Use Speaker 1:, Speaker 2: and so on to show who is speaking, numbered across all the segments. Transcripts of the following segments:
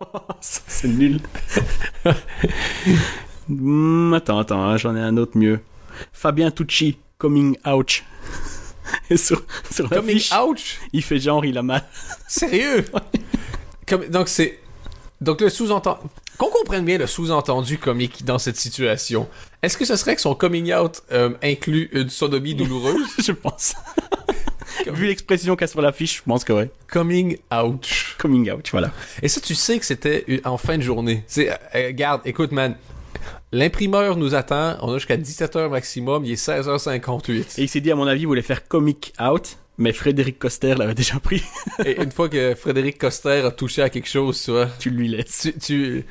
Speaker 1: c'est nul. Hmm, attends, attends, hein, j'en ai un autre mieux. Fabien Tucci, coming out. Et sur, sur
Speaker 2: Coming
Speaker 1: l'affiche,
Speaker 2: out
Speaker 1: il fait genre, il a mal.
Speaker 2: Sérieux Comme- Donc c'est... Donc le sous-entendu... Qu'on comprenne bien le sous-entendu comique dans cette situation. Est-ce que ce serait que son coming out euh, inclut une sodomie douloureuse
Speaker 1: je pense.
Speaker 2: Comme-
Speaker 1: Vu l'expression qu'il y a sur l'affiche, je pense que ouais.
Speaker 2: Coming out.
Speaker 1: Coming out, voilà.
Speaker 2: Et ça, tu sais que c'était une- en fin de journée. C'est, euh, regarde, écoute, man. L'imprimeur nous attend. On a jusqu'à 17h maximum. Il est 16h58.
Speaker 1: Et il s'est dit, à mon avis, il voulait faire comic out, mais Frédéric Coster l'avait déjà pris.
Speaker 2: Et une fois que Frédéric Coster a touché à quelque chose, tu vois.
Speaker 1: tu lui laisses.
Speaker 2: Tu, tu,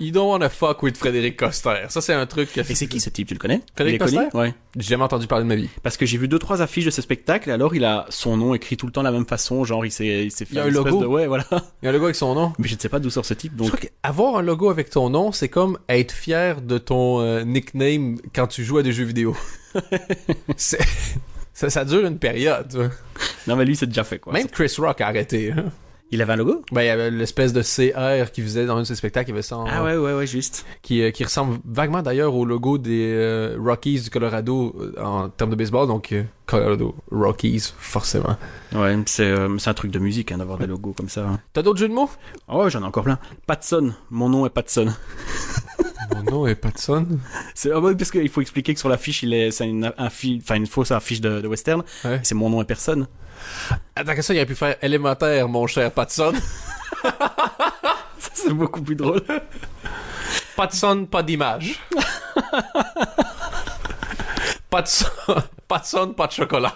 Speaker 2: you don't wanna fuck with Frédéric Coster. Ça, c'est un truc que
Speaker 1: Et c'est qui ce type, tu le connais
Speaker 2: Frédéric
Speaker 1: Il est connu
Speaker 2: Coster
Speaker 1: Ouais.
Speaker 2: j'ai jamais entendu parler de ma vie.
Speaker 1: Parce que j'ai vu deux trois affiches de ce spectacle, et alors il a son nom écrit tout le temps de la même façon, genre il s'est il s'est fait
Speaker 2: y a
Speaker 1: une
Speaker 2: un
Speaker 1: espèce
Speaker 2: logo.
Speaker 1: de ouais voilà.
Speaker 2: Il y a un logo avec son nom.
Speaker 1: Mais je ne sais pas d'où sort ce type,
Speaker 2: Je
Speaker 1: donc
Speaker 2: crois qu'avoir un logo avec ton nom, c'est comme être fier de ton euh, nickname quand tu joues à des jeux vidéo. C'est- ça, ça dure une période. tu vois.
Speaker 1: non mais lui c'est déjà fait quoi.
Speaker 2: Même Chris Rock a arrêté. hein.
Speaker 1: Il avait un logo
Speaker 2: Ben, il y avait l'espèce de CR qui faisait dans un de ses spectacles, il y avait ça en-
Speaker 1: Ah ouais ouais ouais juste.
Speaker 2: qui, euh, qui ressemble vaguement d'ailleurs au logo des euh, Rockies du Colorado euh, en termes de baseball, donc euh, Colorado Rockies, forcément.
Speaker 1: Ouais, c'est euh, c'est un truc de musique hein, d'avoir des logos comme ça. hein.
Speaker 2: T'as d'autres jeux de mots
Speaker 1: Oh j'en ai encore plein. Patson, mon nom est Patson.
Speaker 2: Mon nom est Patson.
Speaker 1: C'est ah ouais, parce qu'il faut expliquer que sur l'affiche il est c'est une affi- enfin une fausse affiche de, de western.
Speaker 2: Ouais.
Speaker 1: C'est mon nom est personne.
Speaker 2: Attends, que ça, il aurait pu faire élémentaire, mon cher Patson.
Speaker 1: Ça c'est beaucoup plus drôle.
Speaker 2: Pas de son, pas d'image. pas, de son, pas de son, pas de chocolat.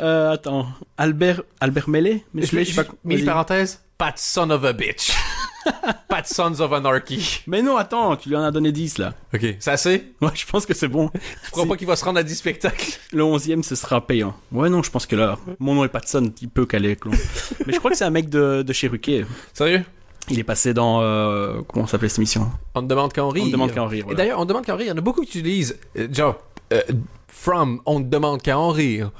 Speaker 1: Euh, attends, Albert Albert Mellet, mais
Speaker 2: Je
Speaker 1: celui-là, je sais pas-
Speaker 2: mille
Speaker 1: vas-y.
Speaker 2: parenthèses, pas de son of a bitch. pas de sons of anarchy.
Speaker 1: Mais non, attends, tu lui en as donné 10 là.
Speaker 2: Ok. C'est assez?
Speaker 1: Ouais, je pense que c'est bon.
Speaker 2: Je crois pas qu'il va se rendre à 10 spectacles.
Speaker 1: Le 11e, ce sera payant. Ouais, non, je pense que là, mon nom est Patson, il peut caler Clon. Mais je crois que c'est un mec de, de chez Ruquier.
Speaker 2: Sérieux?
Speaker 1: Il est passé dans. euh, comment s'appelait cette émission
Speaker 2: On te demande qu'en rire.
Speaker 1: On me demande qu'à en rire.
Speaker 2: Et
Speaker 1: voilà.
Speaker 2: d'ailleurs, on te demande qu'à en rire. Il y en a beaucoup qui utilisent, euh, genre, euh, from, on te demande qu'à en rire.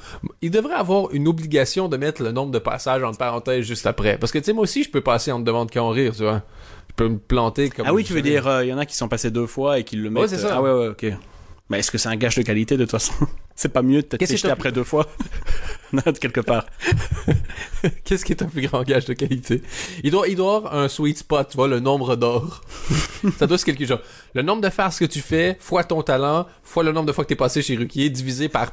Speaker 2: Il devrait avoir une obligation de mettre le nombre de passages entre parenthèses juste après. Parce que, tu sais, moi aussi, je peux passer on te demande qu'à en rire, tu vois. Je peux me planter comme.
Speaker 1: Ah oui, tu veux dire, euh, il y en a qui sont passés deux fois et qui le mettent.
Speaker 2: c'est ça.
Speaker 1: Ah ouais, ouais, ok. Mais est-ce que c'est un gage de qualité de toute façon C'est pas mieux de t'être
Speaker 2: Qu'est-ce
Speaker 1: fait
Speaker 2: que
Speaker 1: jeter
Speaker 2: t'as-
Speaker 1: après deux fois Non, de quelque part.
Speaker 2: Qu'est-ce qui est un plus grand gage de qualité? Il doit, il doit avoir un sweet spot, tu vois, le nombre d'or. ça doit être quelque chose. Le nombre de farces que tu fais, fois ton talent, fois le nombre de fois que t'es passé chez Ruquier, divisé par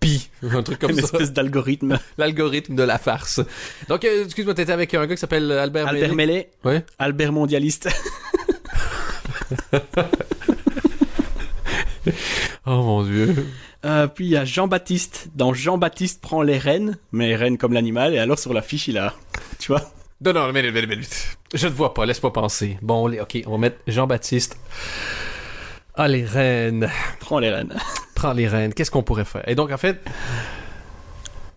Speaker 2: pi. Un truc comme
Speaker 1: Une
Speaker 2: ça.
Speaker 1: espèce d'algorithme.
Speaker 2: L'algorithme de la farce. Donc, euh, excuse-moi, t'étais avec un gars qui s'appelle euh, Albert
Speaker 1: Albert
Speaker 2: Mellet.
Speaker 1: Mellet,
Speaker 2: Ouais.
Speaker 1: Albert Mondialiste.
Speaker 2: Oh mon dieu.
Speaker 1: Euh, puis il y a Jean-Baptiste. Dans Jean-Baptiste prend les rênes, mais rênes comme l'animal, et alors sur l'affiche, il a. Tu vois
Speaker 2: Non, non, mais, mais, mais- je ne vois pas, laisse-moi penser. Bon, les- ok, on va mettre Jean-Baptiste. Ah, les reines.
Speaker 1: Prends les rênes.
Speaker 2: Prends les reines. Qu'est-ce qu'on pourrait faire? Et donc, en fait,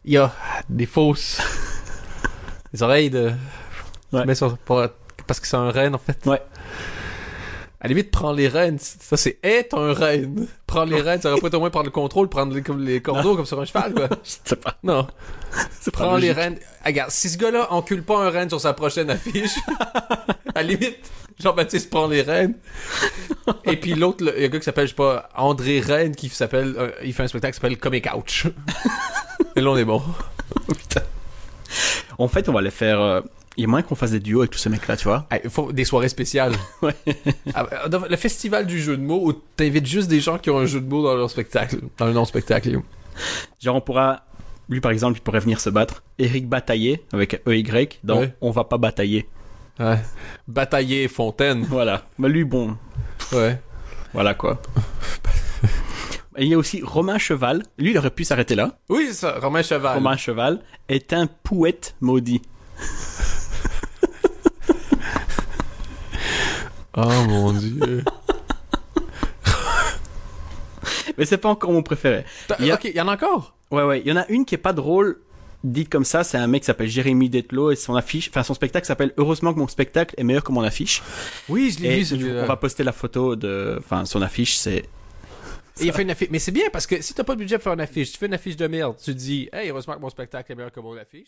Speaker 2: il y a des fausses. Les oreilles de.
Speaker 1: Ouais.
Speaker 2: Mais sur- pour- parce que c'est un renne, en fait.
Speaker 1: Ouais.
Speaker 2: À la limite, prends les rênes. Ça, c'est être un renne. Prends les rênes, ça aurait pu être au moins prendre le contrôle, prendre les, comme les cordeaux comme sur un cheval, quoi.
Speaker 1: Je sais pas.
Speaker 2: Non.
Speaker 1: C'est pas
Speaker 2: Prends les
Speaker 1: logique.
Speaker 2: rênes. Ah, Regarde, si ce gars-là encule pas un renne sur sa prochaine affiche, à la limite, Jean-Baptiste prend les rênes. Et puis l'autre, le- il y a un gars qui s'appelle, je sais pas, André Rennes, qui s'appelle, euh, il fait un spectacle qui s'appelle Comic Ouch. Et là, on est bon.
Speaker 1: En fait, on va les faire. euh, Il y a moyen qu'on fasse des duos avec tous ces mecs-là, tu vois.
Speaker 2: Ah, Il faut des soirées spéciales.
Speaker 1: Ouais.
Speaker 2: Ah, euh, dans le festival du jeu de mots où t'invites juste des gens qui ont un jeu de mots dans leur spectacle, dans le non-spectacle.
Speaker 1: Genre, on pourra. Lui, par exemple, il pourrait venir se battre. Eric Bataillé, avec EY, dans
Speaker 2: Ouais.
Speaker 1: On va pas batailler.
Speaker 2: Ouais. Batailler Fontaine.
Speaker 1: Voilà. Mais lui, bon,
Speaker 2: Ouais.
Speaker 1: voilà quoi. Et il y a aussi Romain Cheval. Lui, il aurait pu s'arrêter là.
Speaker 2: Oui, c'est ça, Romain Cheval.
Speaker 1: Romain Cheval est un poète maudit.
Speaker 2: Oh mon dieu.
Speaker 1: Mais c'est pas encore mon préféré.
Speaker 2: T'as-
Speaker 1: Il y a-
Speaker 2: Ok, il y en a encore?
Speaker 1: Ouais, ouais. Il y en a une qui est pas drôle. Dite comme ça, c'est un mec qui s'appelle Jérémy Detlo et son affiche, enfin son spectacle s'appelle Heureusement que mon spectacle est meilleur que mon affiche.
Speaker 2: Oui, je
Speaker 1: Et on va poster la photo de, enfin son affiche, c'est
Speaker 2: Et il fait une affiche. Mais c'est bien parce que si t'as pas de budget pour faire une affiche, tu fais une affiche de merde, tu dis, hey, heureusement que mon spectacle est meilleur que mon affiche.